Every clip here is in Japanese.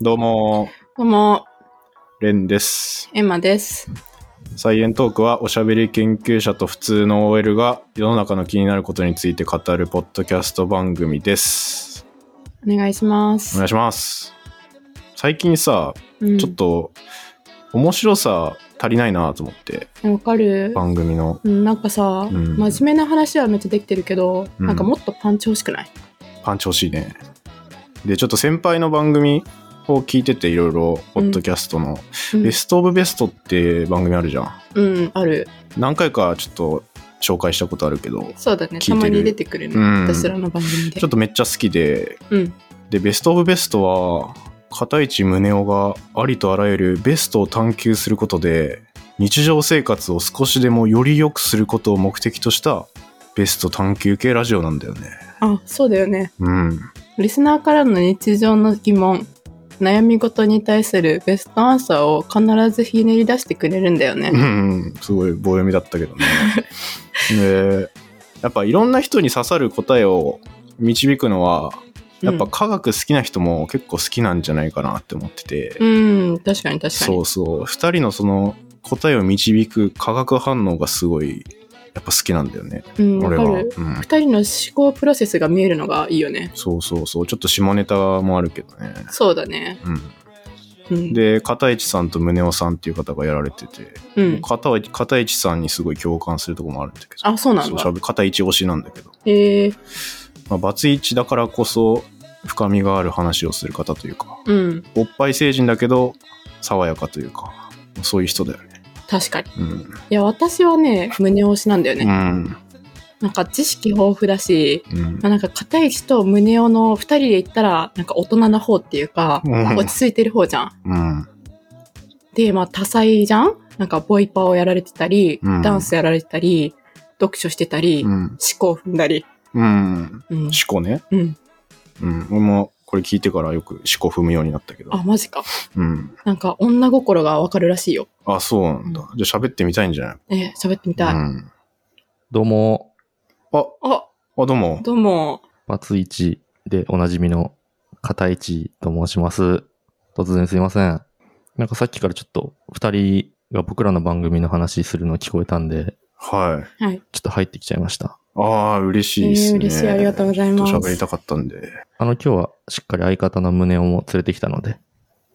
どうも、どうも、レンです。エマです。サイエントークはおしゃべり研究者と普通の OL が世の中の気になることについて語るポッドキャスト番組です。お願いしまおす願い。します。最近さ、うんちょっと面白さ足りないなと思って、わかる、番組のうん、なんかさ、うん真面目な話はめっちゃできてるけど、うんなんかもっとパンチ欲しくないパンチ欲しいね。で、ちょっと先輩の番組を聞いてていろいろ、ポッドキャストの、うんベストオブベストって番組あるじゃん。うん、ある。何回かちょっと紹介したことあるけど、そうだ聞ね、いてたるまに出てくるね、うん私らの番組で。ちょっとめっちゃ好きで、うん、で、ベストオブベストは、片市宗男がありとあらゆるベストを探求することで、日常生活を少しでもより良くすることを目的とした、ベスト探求系ラジオなんだよね。あ、そうだよね。うん。 リスナーからの日常の疑問、悩み事に対するベストアンサーを必ずひねり出してくれるんだよねう。ん、すごい棒読みだったけどね。で、やっぱいろんな人に刺さる答えを導くのは、やっぱ科学好きな人も結構好きなんじゃないかなって思ってて。うん、うん、確かに確かそに。うそう2人のその答えを導く化学反応がすごいやっぱ好きなんだよねうん、わ俺かは、うる。ん、二人の思考プロセスが見えるのがいいよね。そうそうそうちょっと下ネタもあるけどね、そうだね。ううん、ん、で片市さんと宗男さんっていう方がやられてて、うん、片市片市さんにすごい共感するとこもあるんだけどあ、そうなんそだう。片市推しなんだけど、へえー、まあ、バツイチだからこそ深みがある話をする方というかうん、おっぱい成人だけど爽やかというかそういう人だよね確かに。うん、いや、私はね、胸押しなんだよね。うんなんか知識豊富だし、うんまあ、なんか片市と胸男の二人で行ったら、なんか大人な方っていうか、うん落ち着いてる方じゃん。うんで、まあ多彩じゃんなんかボイパーをやられてたり、うんダンスやられてたり、読書してたり、う思ん考踏んだり。うん。うん。思考ね。うん、うん。俺もこれ聞いてからよく思考踏むようになったけど。あ、マジか。うん。なんか女心がわかるらしいよ。あ、そうなんだ。じゃあ喋ってみたいんじゃないえ、喋ってみたい。うん、どうも、あ、あ、あ、どうも。どうも。バツイチでおなじみの片市と申します。突然すいません。なんかさっきからちょっと二人が僕らの番組の話するの聞こえたんで、はい。はい。ちょっと入ってきちゃいました。ああ、嬉しいえですーね。嬉しい。ありがとうございます。ちょっと喋りたかったんで。あの今日はしっかり相方の胸をも連れてきたので、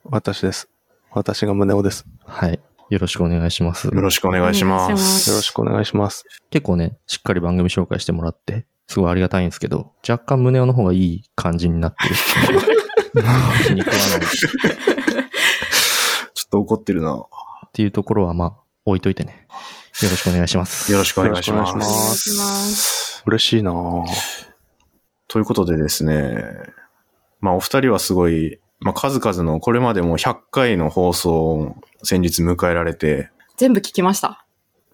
私です。私が宗男です。はい。よろしくお願いします。よろしくお願いしまお願いしますす。よろしくお願いします。結構ね、しっかり番組紹介してもらって、すごいありがたいんですけど、若干胸の方がいい感じになってる。 気に食わないっ ちょっと怒ってるな。よていうところはまあ、置いといてね。よろしくお願いします。ろしくお願いします。よろしくお願いしますお願いし嬉しいなぁ。ということでですね、まあお二人はすごい、まあ数々のこれまでもう100回の放送を先日迎えられて、全部聞きました。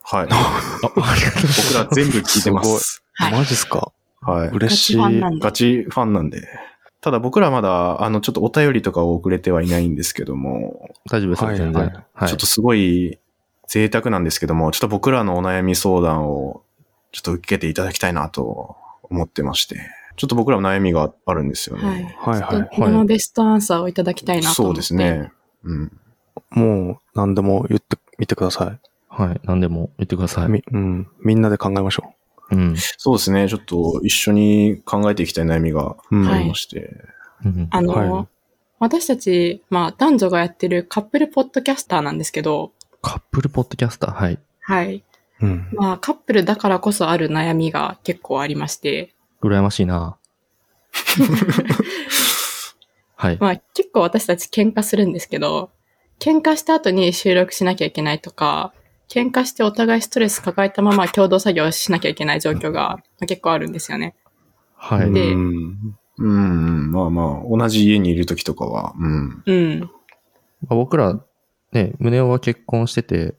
はい。あありがとうございます僕ら全部聞いて ます。はい。マジっすかはい。嬉しい。ガチファンなんでガチファンなんで。ただ僕らまだ、あの、ちょっとお便りとかを送れてはいないんですけども、大丈夫ですよ、はい全然。ははいい。ちょっとすごい贅沢なんですけども、ちょっと僕らのお悩み相談をちょっと受けていただきたいなと思ってまして、ちょっと僕らも悩みがあるんですよね。はい。はいはこのベストアンサーをいただきたいなとそ思うって。です。ね。うん。い。もう何でも言ってみてくださはい。何でも言ってください。い。み、うん。みんなで考えましょうん。そうですね。ちょっと一緒に考えていきたい悩みがう。うん。あはいりまして。うんあの、はい私たち、まあ、男女がやってるカップルポッドキャスターなんですけど、カップルポッドキャスター、はい。はい。うん。まあ、カップルだからこそある悩みが結構ありまして、羨ましい なはい。まあ、結構私たち喧嘩するんですけど、喧嘩した後に収録しなきゃいけないとか、喧嘩してお互いストレス抱えたまま共同作業しなきゃいけない状況がまあ結構あるんですよね。はうい。でん。うん、うん。まあまあ、同じ家にいる時とかは、うん。うん。まあ僕ら、ね、宗男は結婚してて、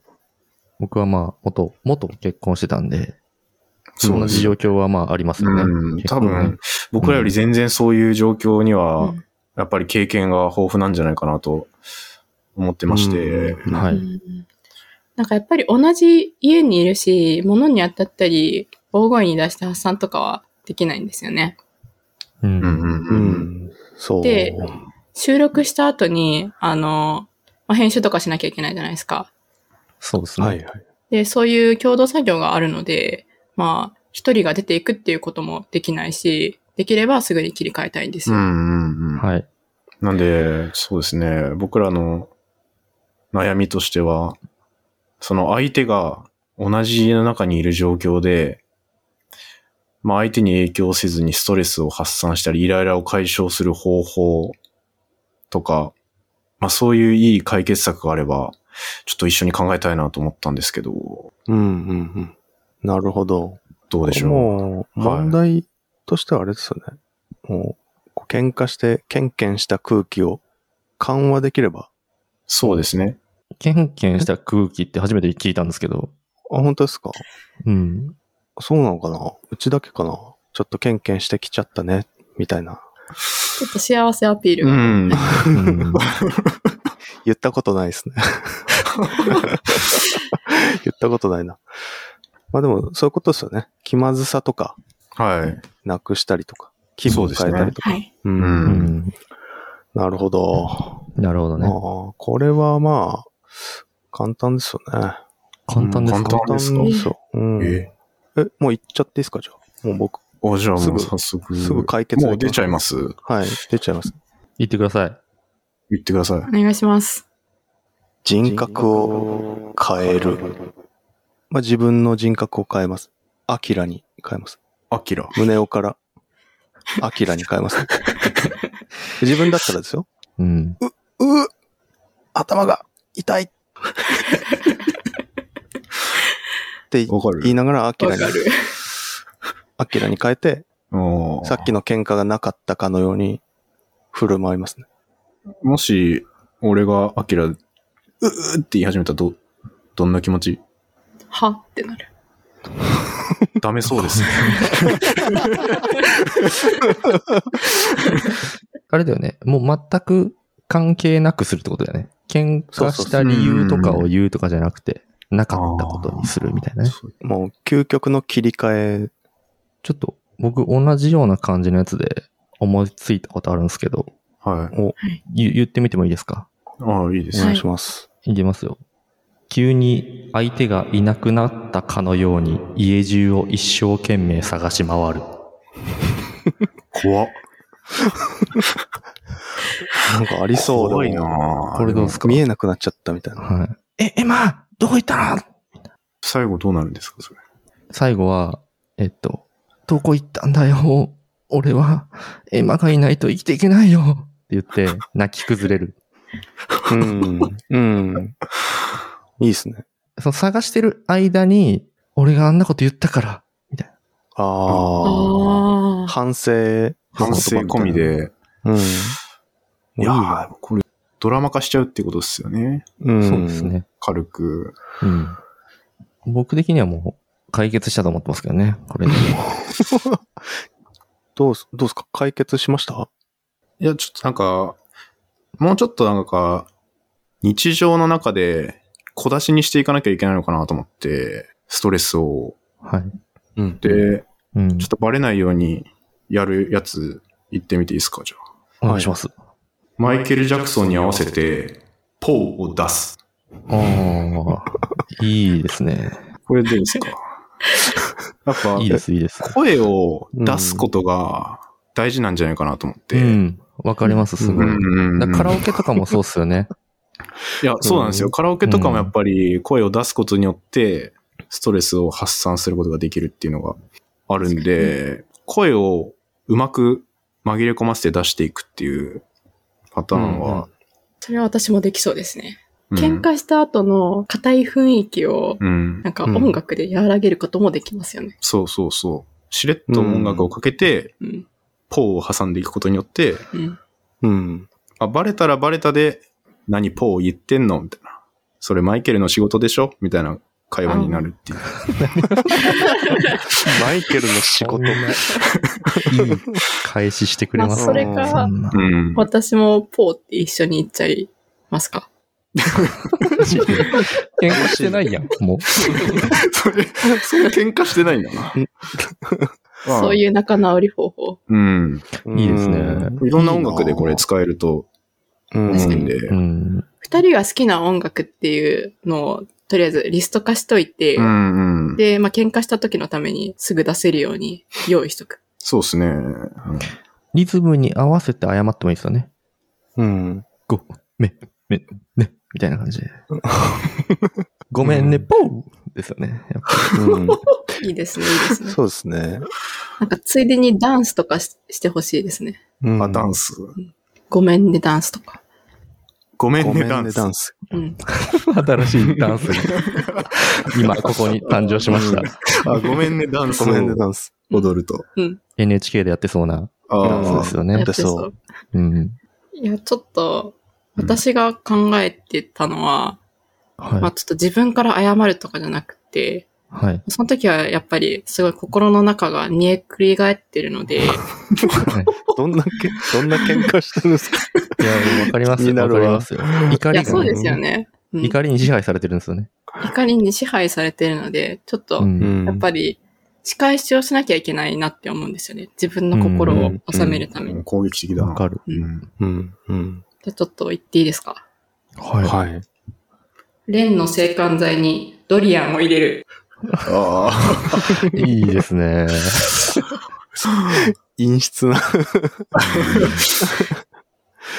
僕はまあ、元、元結婚してたんで、そう同ですじ状況はまあありますよね。うん、結多構ね分、、僕らより全然そういう状況にうはん、やっぱり経験が豊富なんじゃないかなと思ってまして、うんはうい。んなんかやっぱり同じ家にいるし、物に当たったり、大声に出して発散とかはできないんですよね。うん。うんううんうんん。そう。で収録した後に、あの、まあ、編集とかしなきゃいけないじゃないですか。そうですね。はいはい。で、そういう共同作業があるので、まあ、一人が出ていくっていうこともできないし、できればすぐに切り替えたいんですうよ。んうんうん。はい。なんで、そうですね、僕らの悩みとしては、その相手が同じ家の中にいる状況で、まあ相手に影響せずにストレスを発散したり、イライラを解消する方法とか、まあそういういい解決策があれば、ちょっと一緒に考えたいなと思ったんですけど、うんうんうん。なるほど。どうでしょうもう、はい問題としてはあれですよね。もう、こう喧嘩して、ケンケンした空気を緩和できれば。そうですね。ケンケンした空気って初めて聞いたんですけど。あ、本当ですかうん。そうなのかなうちだけかなちょっとケンケンしてきちゃったね、みたいな。ちょっと幸せアピールうが。ん。うん言ったことな いですね。言ったことないな。まあでも、そういうことですよね。気まずさとか、はい。なくしたりとか、気分変えたりとか。はい。うねんう。んなるほど。なるほどね。まあ、これはまあ、簡単ですよね。簡単ですうん簡か単ですか簡単ですよ。 うん。え、え、もう行っちゃっていいですかじゃあ。もう僕、あ、じゃあすもうぐ早速。すぐ解決できますもう出ちゃいます。はい、出ちゃいます。言ってください。言ってください。お願いします。人格を変える。まあ、自分の人格を変えます。アキラに変えます。アキラ。胸をから、アキラに変えます。自分だったらですよ。うん。うう頭が痛いってわか言いるながらアキわラにか、る。アキラに変えて、おーさっきの喧嘩がなかったかのように振る舞いますね。もし、俺がアキラ、ううーって言い始めたらど、どんな気持ちはってなる。ダメそう ですね。あれだよね。もう全く関係なくするってことだよね。喧嘩した理由とかを言うとかじゃなくて、なかったことにするみたいなね。もう究極の切り替え、ちょっと僕同じような感じのやつで思いついたことあるんですけど、はい。ゆ言ってみてもいいですかああ、いいでおすはね。願いします。いきますよ。急に相手がいなくなったかのように家中を一生懸命探し回る。怖っ。なんかありそうでも怖いなぁこれどうですか見えなくなっちゃったみたい な。はい。え、エマどこ行ったの最後どうなるんですか、それ。最後は、えっと、どこ行ったんだよ。俺は、エマがいないと生きていけないよ。って言って、泣き崩れる。うん。うん。いいですね。その探してる間に、俺があんなこと言ったから、みたいな。ああ。ああ。反省。反省込み。で。うん。いやーこれ、ドラマ化しちゃうってことですよね。うん。そうです。ね。軽く。うん。僕的にはもう、解決したと思ってますけどね。これで。どうす、どうすか解決しましたいや、ちょっとなんか、もうちょっとなんか、日常の中で小出しにしていかなきゃいけないのかなと思って、ストレスを。はい。うん。で、うんちょっ。とバレないようにやるやつ言ってみていいですかじゃあ。お願いします。マイケル・ジャクソンに合わせて、ポーを出す。ああ、いいですね。これどうですか やっぱいいです、いいです。声を出すことが大事なんじゃないかなと思って。ううんん。わかります、すごうい。んうんだからカラオケとかもそうっすよね。いや、そうなんですよ。カラオケとかもやっぱり声を出すことによって、ストレスを発散することができるっていうのがあるんで、声をうまく紛れ込ませて出していくっていうパターンは。それは私もできそうですね。うん喧嘩した後の硬い雰囲気を、うんなんか音楽で和らげることもできますよね。そうそうそう。しれっと音楽をかけて、うん。ポーを挟んでいくことによって、うん。うん。あ、バレたらバレたで、何ポーを言ってんのみたいな。それマイケルの仕事でしょみたいな会話になるっていう。マイケルの仕こん事な。いい返ししてくれますね。まあそれかんなうん。私もポーって一緒に行っちゃいますか。 喧嘩してないやん、もう。 それ、それ喧嘩してないんだな。まあそういう仲直り方法。うん。いいですねいろんな音楽でこれ使えるとうん確かにで、うん。二人が好きな音楽っていうのを、とりあえずリスト化しといて、うんうん。で、まあ、喧嘩した時のためにすぐ出せるように用意しとく。そうですね。リズムに合わせて謝ってもいいですよね。うん。ご、め、め、ね、みたいな感じで。ごめんね、ぽうですよね。やっぱうんいいですね、いいですね。そうですね。なんか、ついでにダンスとかししてほしいですね。うんあ、ダンス。ごめんね、ダンスとか。ごめごんめね、んダね、ンス。ダンス。うん。新しいダンスが今、ここに誕生しました。あ、ごめんね、ダンス。ごめんね、ダンス。踊ると。 NHK でやってそうなダンスですよやねっ。てそそう。うん。いや、ちょっと、私が考えてたのは、まあ、はちょっと自分から謝るとかじゃなくて、い。はい。その時はやっぱりすごい心の中が煮えくり返ってるので、はいどんなけ、どんな喧嘩してるんですかいや、わかります気よ。になわるかわりますよ。怒いりや、そがうですよね、ね。うん怒りに支配されてるんですよね。怒りに支配されてるので、ちょっと、んやっぱり、仕返しをしなきゃいけないなって思うんですよね。自分の心を収めるために。攻撃的だわな。かる。うん。うん、うん。じゃあちょっと言っていいですかははい。レンの制汗剤にドリアンを入れる。あい。いいですね。陰湿な。あ。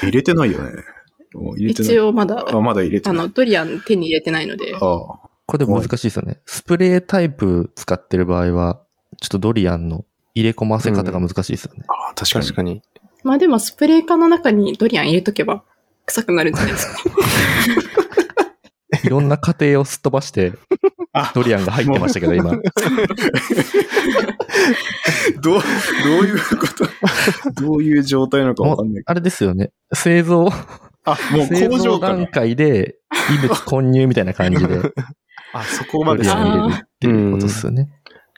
入れてないよね。もう入れてない。一応まだ、あ、まだ入れてあない。の、ドリアン手に入れてないので、ああ。これでも難しいですよね。スプレータイプ使ってる場合は、ちょっとドリアンの入れ込ませ方が難しいですよね。ああ、確かに確。かに。まあでもスプレー缶の中にドリアン入れとけば臭くなるんじゃないですか。いろんな過程をすっ飛ばしてあ、ドリアンが入ってましたけど、今。どう、どういうことどういう状態なのかわかんないけあれですよね。製造、ど。あ、もう製工造場か段ら。階で、異物混入みたいな感じで、あ、そこまドでリアン入れるっていうことですよね。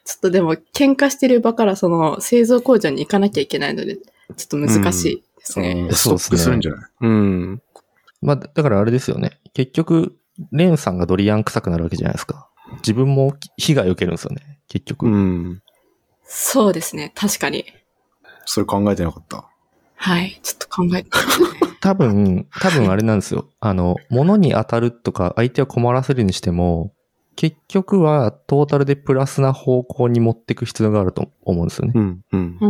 ちょっとでも、喧嘩してる場からその製造工場に行かなきゃいけないので、ちょっと難しいですね。うんストックするんじゃないうん。まあ、だからあれですよね。結局、レンさんがドリアン臭くなるわけじゃないですか。自分も被害を受けるんですよね。結局。うん。そうですね、確かに。それ考えてなかった。はい、ちょっと考えて。多分、多分あれなんです よ。あの、物に当たるとか、相手を困らせるにしても、結局はトータルでプラスな方向に持っていく必要があると思うんですよね。うん。うん。うんうん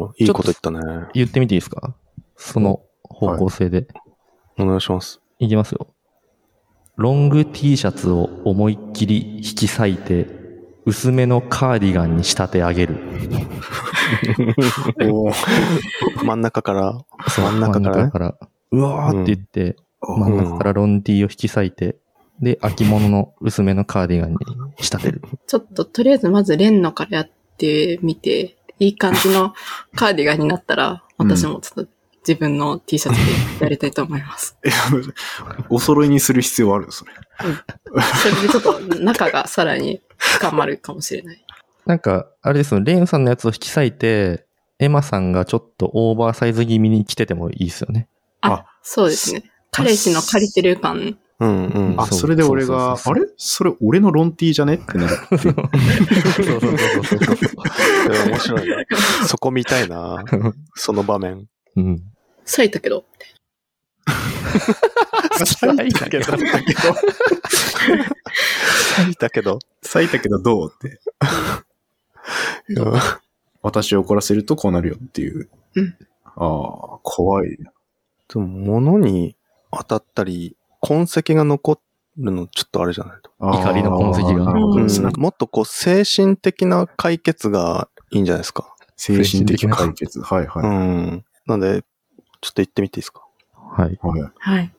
おーいいこと言ったね。言ってみていいですかその方向性で。お願いします。いきますよ。ロング T シャツを思いっきり引き裂いて、薄めのカーディガンに仕立て上げる。お ー真ん中から。そう真ん中からね真からうわーって言って、真ん中からロン T を引き裂いて、で、秋物の薄めのカーディガンに仕立てる。ちょっと、とりあえずまずレンのからやってみて、いい感じのカーディガンになったら、うん私もちょっと自分の T シャツでやりたいと思います。お揃いにする必要あるそれ。それでちょっと中がさらに深まるかもしれない。なんか、あれですよ、レンさんのやつを引き裂いて、エマさんがちょっとオーバーサイズ気味に着ててもいいですよね。あ、あそうですね。彼氏の借りてる感。うんうん。あ、そうそれで俺が、そあうそれそれ俺のロンティーじゃねってな る。そうそうそうそうそう面白い な。そこ見たいな。その場面。うん。咲いたけど。咲いたけど咲いたけど。咲いたけどどうって。いや私を怒らせるとこうなるよっていう。うんああ、怖い。でも、物に当たったり、痕跡が残るの、ちょっとあれじゃないと。あー怒りの痕跡がなるほどうでんすねもっとこう、精神的な解決がいいんじゃないですか。精神的解決。はいはうい。ん。なんで、ちょっと行ってみていいですか。はい。はいはい。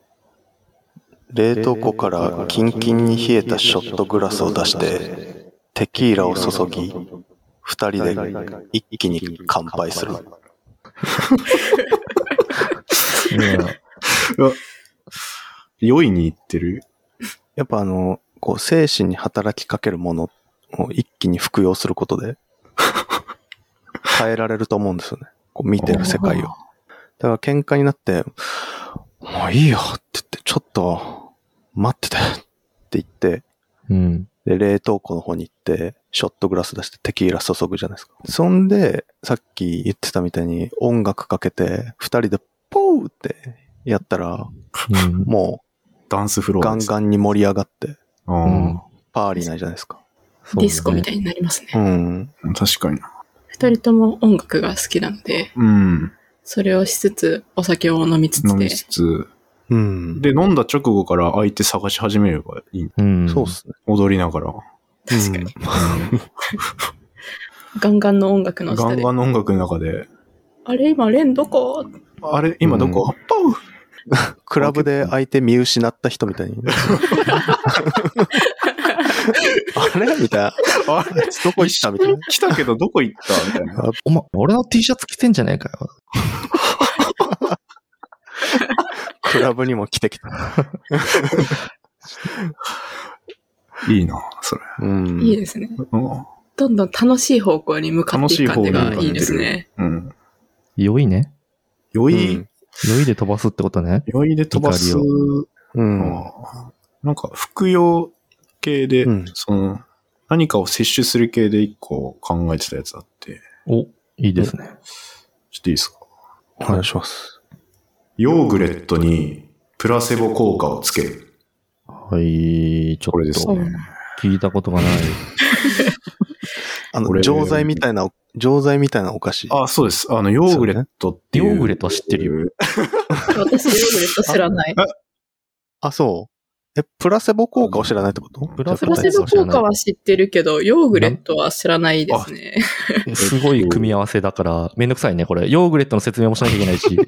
冷凍庫からキンキンに冷えたショットグラスを出して、テキーラを注ぎ、二人で一気に乾杯する。いや良いに行ってる。やっぱあの、こう、精神に働きかけるものを一気に服用することで、変えられると思うんですよね。こう、見てる世界を。だから喧嘩になって、もういいよって言って、ちょっと、待っててって言って、うん。で、冷凍庫の方に行って、ショットグラス出してテキーラ注ぐじゃないですか。そんで、さっき言ってたみたいに音楽かけて、二人でポーってやったら、うん。もダンスフうロガーンです。ガンに盛り上がって、うんあパーリーないじゃないですか。そうデでィスコみたいいになりますうね。ん。あ、確かにな。二、人とも音楽が好きなので、うん。それをしつつ、お酒を飲みつつ飲でみ、つつ。うん。で、飲んだ直後から相手探し始めればいい。な。うん。そうっすね。踊りながら。確かに、うん ガンガンの音楽のガ下ンで、ガンの音楽の中で。あれ今、レンどこあれ今どこ、クラブで相手見失った人みたいに。あれみたいな。あれどこ行ったみたいな。来たけどどこ行ったみたいな。お前、俺の T シャツ着てんじゃねえかよ。クラブにも来てきた。いいな、それ。うん。いいですね。うんどんどん楽しい方向に向かっていく感じがいいですね。うん。酔いね。酔うい、ん酔いで飛ばすってことね。酔いで飛ばす怒り。うん。あーなんか、服用系で、うんその、何かを摂取する系で一個考えてたやつあって、お、いいですね。ちょっといいですかお願いします。ヨーグレットにプラセボ効果をつける。はい、ちょこれでっすとね。聞いたことがない。あこれの、錠剤みたいな、錠剤みたいなお菓子。あ、そうです。あの、ヨーグレットっていう。ヨーグレットは知ってるよ。私、ヨーグレット知らない。あ、そう。え、プラセボ効果を知らないってことプラセプボラ効果セじゃボあ効果は知ってるけど、ヨーグレットは知らないですね。すごい組み合わせだから、めんどくさいね、これ。ヨーグレットの説明もしなきゃいけないし、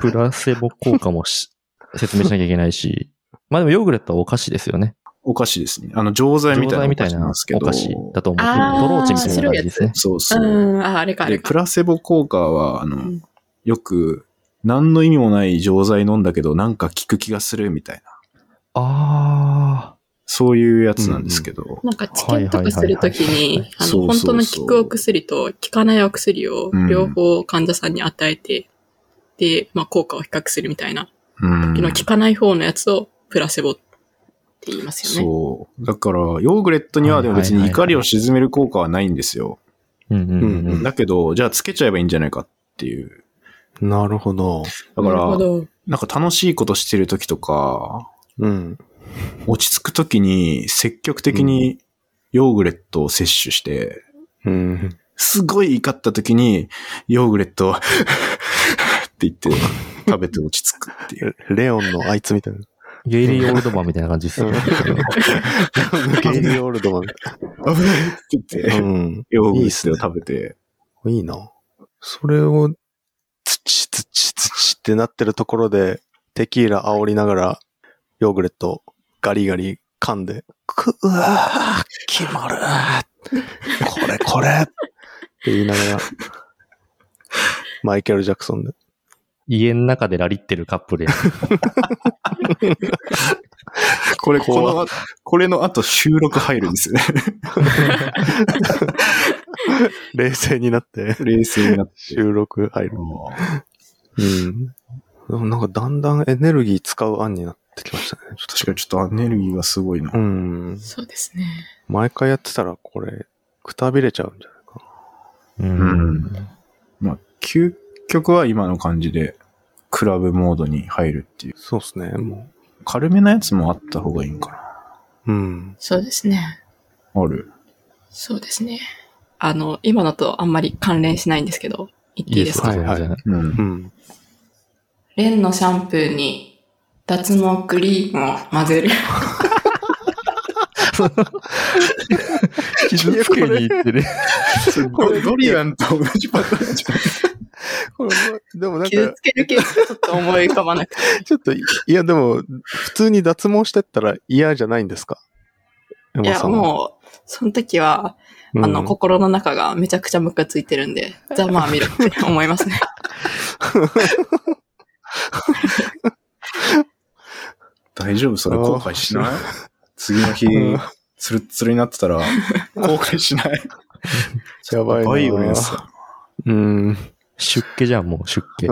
プラセボ効果もし説明しなきゃいけないし、まあでもヨーグレットはお菓子ですよね。お菓子ですね。あの、錠剤み錠たいな剤おみた菓い子ななんおですけど。菓子だと思うけあど、ードローチみたいな感じですね。そううそう。ん、あ、あれか、あで、れプか。ラセボ効果は、あの、うんよく、何の意味もない錠剤飲んだけど、なんか効く気がするみたいな。あそういうやつなんですけど。なんか治験とかするときはいはいはにいはい、あそうの、そう本そう当の効くお薬と効かないお薬をうん両方患者さんに与えて、で、まあ、効果を比較するみたいな。うん昨日効かない方のやつをプラセボって言いますよね。そう。だから、ヨーグレットにはでも別に怒りを鎮める効果はないんですよ。ー。うんうんうんう。うんだけど、じゃあつけちゃえばいいんじゃないかっていう。なるほど。だかなるほら、ど。なんか楽しいことしてる時とか、うん。落ち着く時に積極的にヨーグレットを摂取して、うん。すごい怒った時にヨーグレットを って言って食べて落ち着くっていう。レオンのあいつみた いな。ゲイリー・オールドマンみたいな感じですよね。ゲイリー・オールドマ危ないって言って、ン。ヨーグレットを食べて、うん。いいな。それを、つちつちつちってなってるところで、テキーラ煽りながら、ヨーグレットガリガリ噛んで、く、うわー、決まるこれこれって言いながら、マイケル・ジャクソンで。家の中でラリってるカップルや。これ、こ怖の、これの後収録入るんですよね。冷静になって、 冷静になって。収録入る。うん。でもなんかだんだんエネルギー使う案になってきましたね。確かにちょっとアネルギーがすごいな。うん。そうですね。毎回やってたらこれ、くたびれちゃうんじゃないかな。ううん。まあ、究極は今の感じで、クラブモードに入るっていう。そうですね、も軽めなやつもあった方がいいんかう。うん。そうですね。な。ある。そうですね。あの、今のとあんまり関連しないんですけど、言っていいいでいですすかか、はい全はい然。うんう。ん。レンのシャンプーに脱毛クリームを混ぜる。傷つけに行ってる。ドリアンと同じパターンじこれ、でもなん傷かつ、ける系がちょっと思い浮かばなくて。ちょっと、いやでも、普通に脱毛してったら嫌じゃないんですかいや、もう、その時は、うあの、心の中がめちゃくちゃムカついてるんで、ざまあ見ろって思います ね。ゃん。大丈夫それ後悔しない次の日うん、ツルッツルになってたら、後悔しない。 やばいなバイオレンスだ。うん。出家じゃん、もう出家。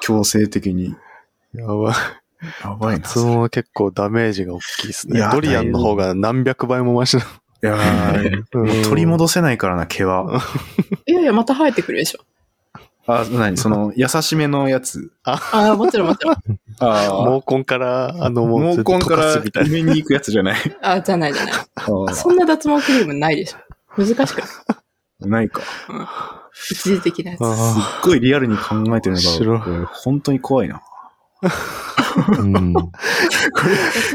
強制的に。やばい。やばいな。脱毛は結構ダメージが大きいですいねや。ドリアンの方が何百倍もマシな。いやーうん取り戻せないからな、毛は。いやいや、また生えてくるでしょ。あ、何その、優しめのやつ。ああ、もちろんもちろん。あ毛根から、あの、あ、もう毛ずっと根か溶らすみたいな。上に行くやつじゃない。ああ、じゃないじゃない。 あー そんな脱毛クリームないでしょ。難しくない ないか。一時的なやつ。すっあごいリアルに考えてるの面が、白これ本当に怖いな。うん。脱毛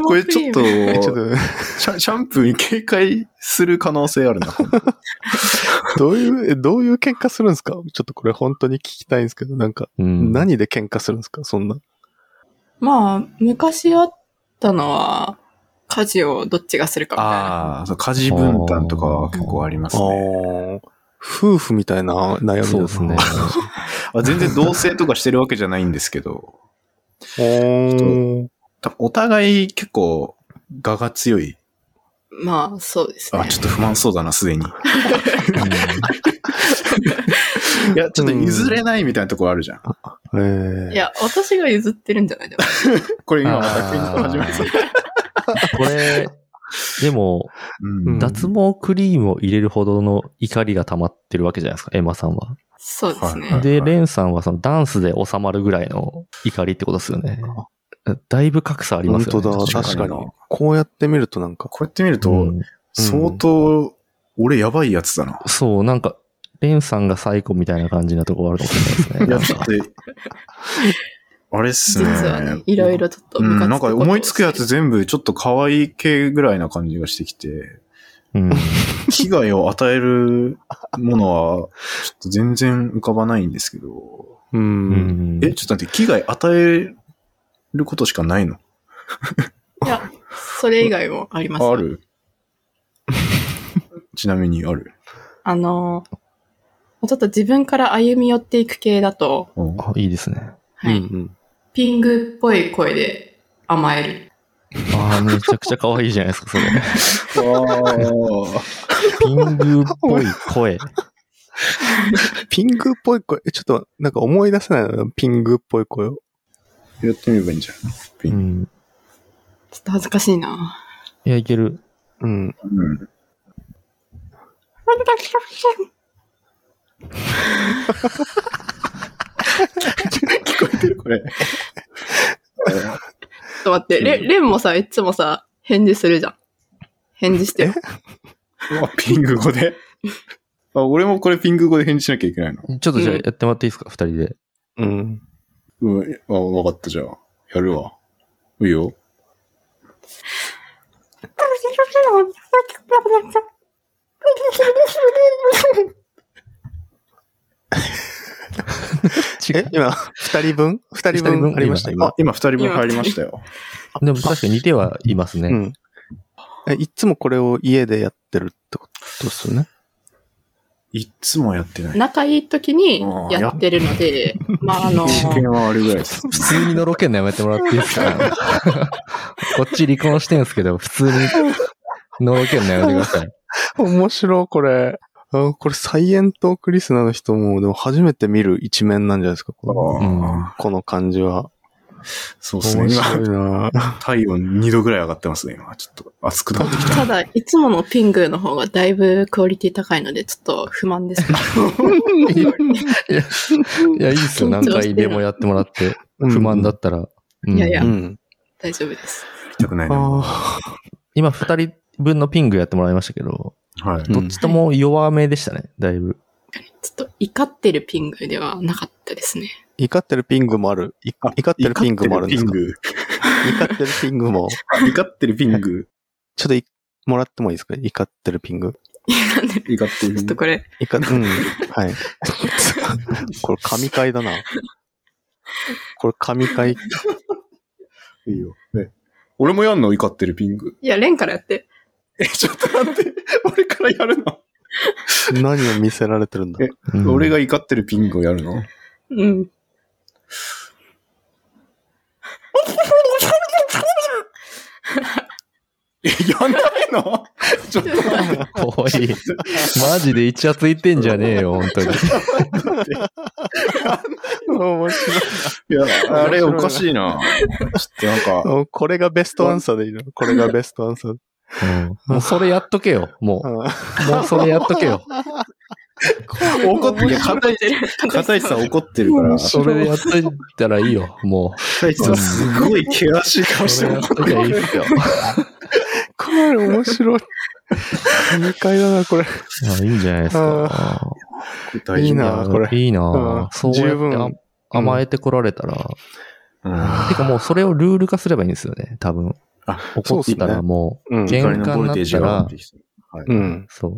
これクリーちょっムと、あちょっと、シャシャンプーに警戒する可能性あるな。どういう、えどういう喧嘩するんですかちょっとこれ本当に聞きたいんですけど、なんか、うん、何で喧嘩するんですかそんな。まあ、昔あったのは、家事をどっちがするかみたいな。 ああ、そう、家事分担とかは結構ありますね。夫婦みたいな悩みだなそうですね。。あ全然同棲とかしてるわけじゃないんですけど、おー多分お互い結構、我が強い。まあ、そうですねあ、。ちょっと不満そうだな、すでに。 いや、ちょっと譲れないみたいなところあるじゃん。えいーや、私が譲ってるんじゃないでも。これ今また喧嘩始まりそう。これ、でも、うんだ脱毛クリームを入れるほどの怒りが溜まってるわけじゃないですか、エマさんは。そうですはいね。で、レンさんはそのダンスで収まるぐらいの怒りってことですよね。だいぶ格差ありま本すよ当ね。だ、確確かかにに。こうやって見るとなんか、こうやって見るうと、ん相当、俺やばいやつだな。そう、なんか、レンさんがサイコみたいな感じなとこあるかもしれないいや、 です ちねょっと、あれっす実ね。はね、いろいろちょっとう部ん、活なんか思いつくやつと全部ちょっと可愛い系ぐらいな感じがしてきて、なんか。被害を与えるものは、ちょっと全然浮かばないんですけど、う。うんん。え、ちょっと待って、危害与えることしかないのか。いや、それ以外もありますあよ。あ るちなみにある。あの、ちょっと自分から歩み寄っていく系だと、うんあ、いいですね。はい。うんピングっぽい声で甘える。ああ、めちゃくちゃ可愛いじゃないですか、そ れ。あピングっぽい声。ピングっぽい声、えちょっとなんか思い出せないな、ピングっぽい声を。ーやってみればいいんじゃうないん。ちょっと恥ずかしいな。いや、いける。うん。うん。これ。ちょっと待って、レレンもさ、いつもさ、返事するじゃん。返事してよ。うわピング語であ、俺もこれピング語で返事しなきゃいけないの。ちょっとじゃあうんやってもらっていいですか、二人で。うん。うん、あ、わかった、じゃあ。やるわ。いいよ。え、今、二人分二二人人分分ありました、あ今。、今二人分入りましたよ。でも確かに似てはいますうね。ん。え、いつもこれを家でやってるってことですよね。いっつもやってない。仲いい時にやってるので、まあ、あの、試験はあるぐらいです。普通にのろけんのやめてもらっていいですか こっち離婚してんすけど、普通にのろけんのやめてください。面白い、これ。あこれ、サイエントクリスナの人も、でも初めて見る一面なんじゃないですか、このんあーこの感じは。そうですね。面白今、いな体温2度ぐらい上がってますね、今。ちょっと暑くなってきた。ただ、いつものピングの方がだいぶクオリティ高いので、ちょっと不満ですけど。いや、いいっすよ。緊張何してる回でもやってもらって、うん不満だったら。うんいやいやうん。大丈夫です。行きたくないな。はああ。今、二人分のピングやってもらいましたけど、い。うんどっちとも弱めでしたね、だいぶ。ちょっと怒ってるピングではなかったですね。怒ってるピングもある。い怒ってるピングもあるんですか怒ってる怒ってるピングも。ピング。怒ってるピング。ちょっとい、もらってもいいですか怒ってるピング。いやなんで怒ってるピちょっンとグ。これ、怒っ、うん。はい。これ、神回だな。これ、神回。いいよ。ね俺もやんの怒ってるピング。いや、レンからやって。 え、ちょっと待って。 俺からやるの何を見せられてるんだえ。うん俺が怒ってるピングをやるのうん。え、やんないのちょっと待って。おい、マジで一夜ついてんじゃねえよ、本当に。面白い。いや、あれおかしいな。ちょっとなんか、おこれがベストアンサーでいいのこれがベストアンサー。うんもうそれやっとけよ、もう。もうそれやっとけよ。怒怒ってる片市さん怒ってるから、それやっといたらいいよ、もう。片市さんすごい険しい顔してそれるやっ。ときゃいいっすよ。これ面白い。2階だな、これ。あいいんじゃないですか。大いい丈夫なこれいいなうんそうや十ってあ分甘えてこられたら。うんてかもうそれをルール化すればいいんですよね、多分。あ怒っそうっすたらねもうん。ゲー怒りのボルテージが上がってきてるはいうん。う、そう。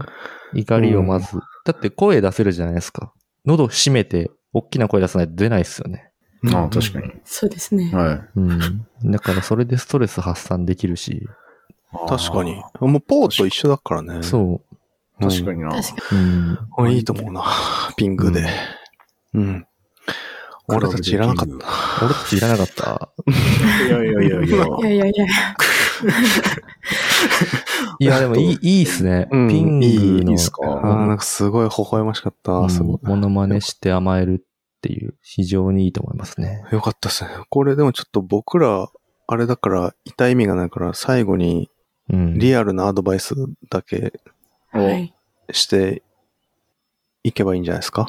怒りをまず。だって声出せるじゃないですか。喉閉めて、大きな声出さないと出ないですよね。ああ確かに。そうですね。はい。うん。だからそれでストレス発散できるし。確かに。もうポーと一緒だからね。う。そ確かにな。確かに。う。うん。あいいと思うな。ピングで。うん。俺たちいらなかったな。俺たちいらなかった。いやい やいやいや。いやいやいや、いや、でも いい、いいっすね。うんピンいグいの、ですかあーなんかすごい微笑ましかっうた。んすごい。モノマネして甘えるっていう、非常にいいと思いますね。よかったですね。これでもちょっと僕ら、あれだから、いた意味がないから、最後にうん。リアルなアドバイスだけはい。していけばいいんじゃないですか。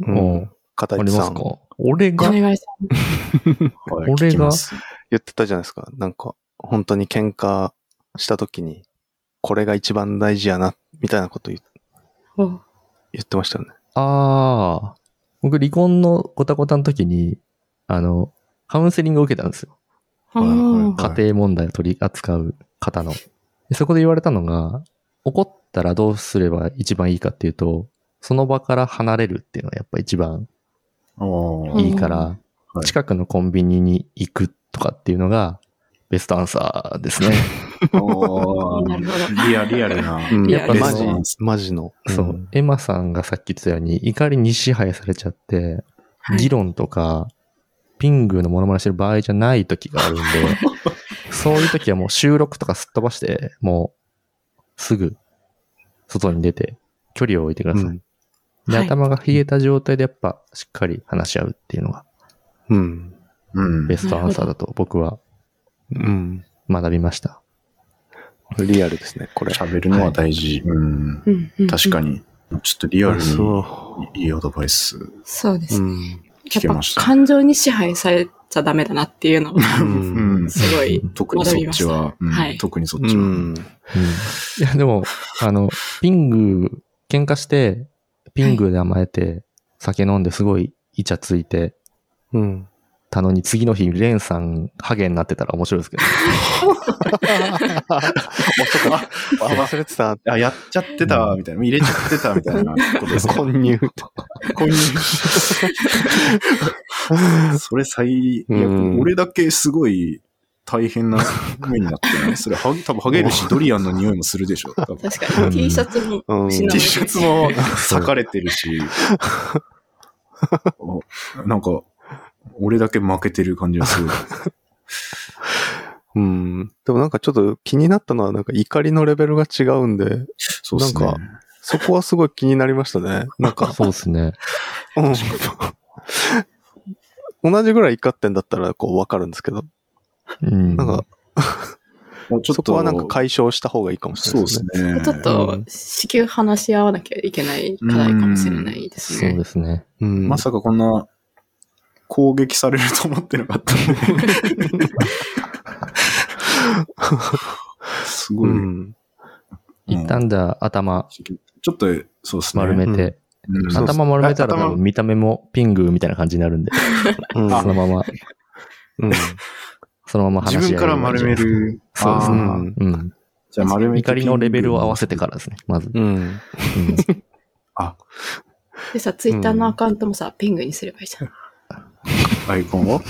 うおんう。片あ市りまさすんか俺おが願いします。はい俺が聞きます言ってたじゃないですか。なんか、本当に喧嘩した時に、これが一番大事やな、みたいなこと言お言ってましたよね。ああ、僕離婚のごたごたの時に、あの、カウンセリングを受けたんですよ。あはいーは家庭問題を取り扱う方の。でそこで言われたのが、怒ったらどうすれば一番いいかっていうと、その場から離れるっていうのがやっぱ一番ああいいから、うんはい近くのコンビニに行くとかっていうのが、ベストアンサーですね。あ なるほあリアリアルな。うん、ややっぱマいジやそう、マジの。。そううんエマさんがさっき言ってたように、怒りに支配されちゃって、はい議論とか、ピングのモノマネしてる場合じゃない時があるんで、そういう時はもう収録とかすっ飛ばして、もう、すぐ、外に出て、距離を置いてください。うんで、はい頭が冷えた状態でやっぱ、しっかり話し合うっていうのが、うん。うんベストアンサーだと僕はうん。学びました。リアルですね、これ。喋るのは大事。うん。うんうん確かに。に。ちょっとリアルにそいいアドバイスそうでう。すうね。ん。聞けやまっぱした。感情に支配されちゃダメだなっていうのは、うん。すごい。特にそっちは、うんはい特にそっうちは。ん。うんいや、でも、あの、ピング、喧嘩して、ピングで甘えて、酒飲んですごいイチャついてうん。たのに、次の日、レンさん、ハゲになってたら面白いですけど。遅かった。忘れてた。あ、やっちゃってた、みたいな。入れちゃってた、みたいなことですか。混入。こういうそれ最悪、うん俺だけすごい大変な目になってないそれ、は多分ハゲるし、ドリアンの匂いもするでしょ。多分確かうんに。T シャツもうん。失わ T れシャツても裂かれてるし、お なんか、俺だけ負けてる感じがする。うん。でもなんかちょっと気になったのは、なんか怒りのレベルが違うんで、そうですね。なんかそこはすごい気になりましたね。なんか、そうですね。うん。 同じぐらい怒ってんだったら、こう、わかるんですけど、うん。なんか、もうちょっそとこはなんか解消した方がいいかもしれそうないでですすね。ね。ちょっと、至急話し合わなきゃいけない課題かもしれないですそうね。ですね。うん。まさかこんな攻撃されると思ってなかったんで。すごうい。ん。うん一旦じゃあ、頭ちょっと、そうですね。丸めて、うんそうっす頭丸めたら頭多分見た目もピングみたいな感じになるんで、うんそのまま、うん。そのまま話し合自え分から丸め。る。そうですあーねうん。じゃあ丸めて怒りのレベルを合わせてからですね、まず。うん。うんあ、でさ、ツイッターのアカウントもさ、ピングにすればいいじゃん。アイコンを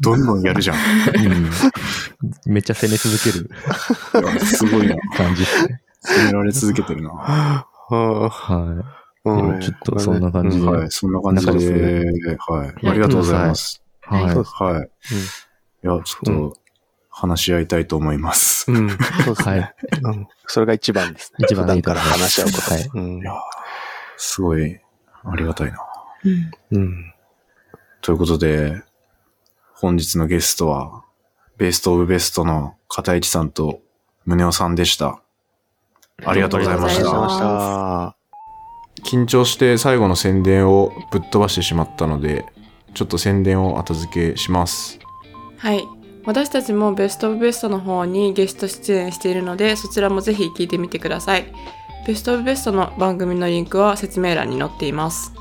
どんどんやるじゃん。うんめっちゃ攻め続けるいやすごいな。感じですね。攻められ続けてるな。ははあい。ちょっとそんな感じで。はい、そんな感じで、なんかではい。ありがとうございます。はいはそういで。すはい。いや、ちうょっと、話し合いたいと思います。うん。そうですはねい。。うんそれが一番ですね。一番いい普段から話し合うこと。はい。うんいやすごい、ありがたいな。うん。うん。ということで、本日のゲストは、ベストオブベストの片市さんと宗男さんでした。ありがとうございましありがとうございたま。した。緊張して最後の宣伝をぶっ飛ばしてしまったので、ちょっと宣伝を後付けします。はい。私たちもベストオブベストの方にゲスト出演しているので、そちらもぜひ聞いてみてください。ベストオブベストの番組のリンクは説明欄に載っています。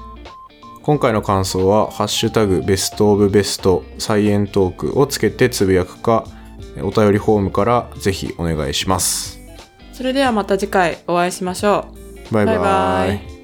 今回の感想は「ハッシュタグベストオブベストサイエントーク」をつけてつぶやくかお便りフォームからぜひお願いしますそれではまた次回お会いしましょう。バイババイバイイ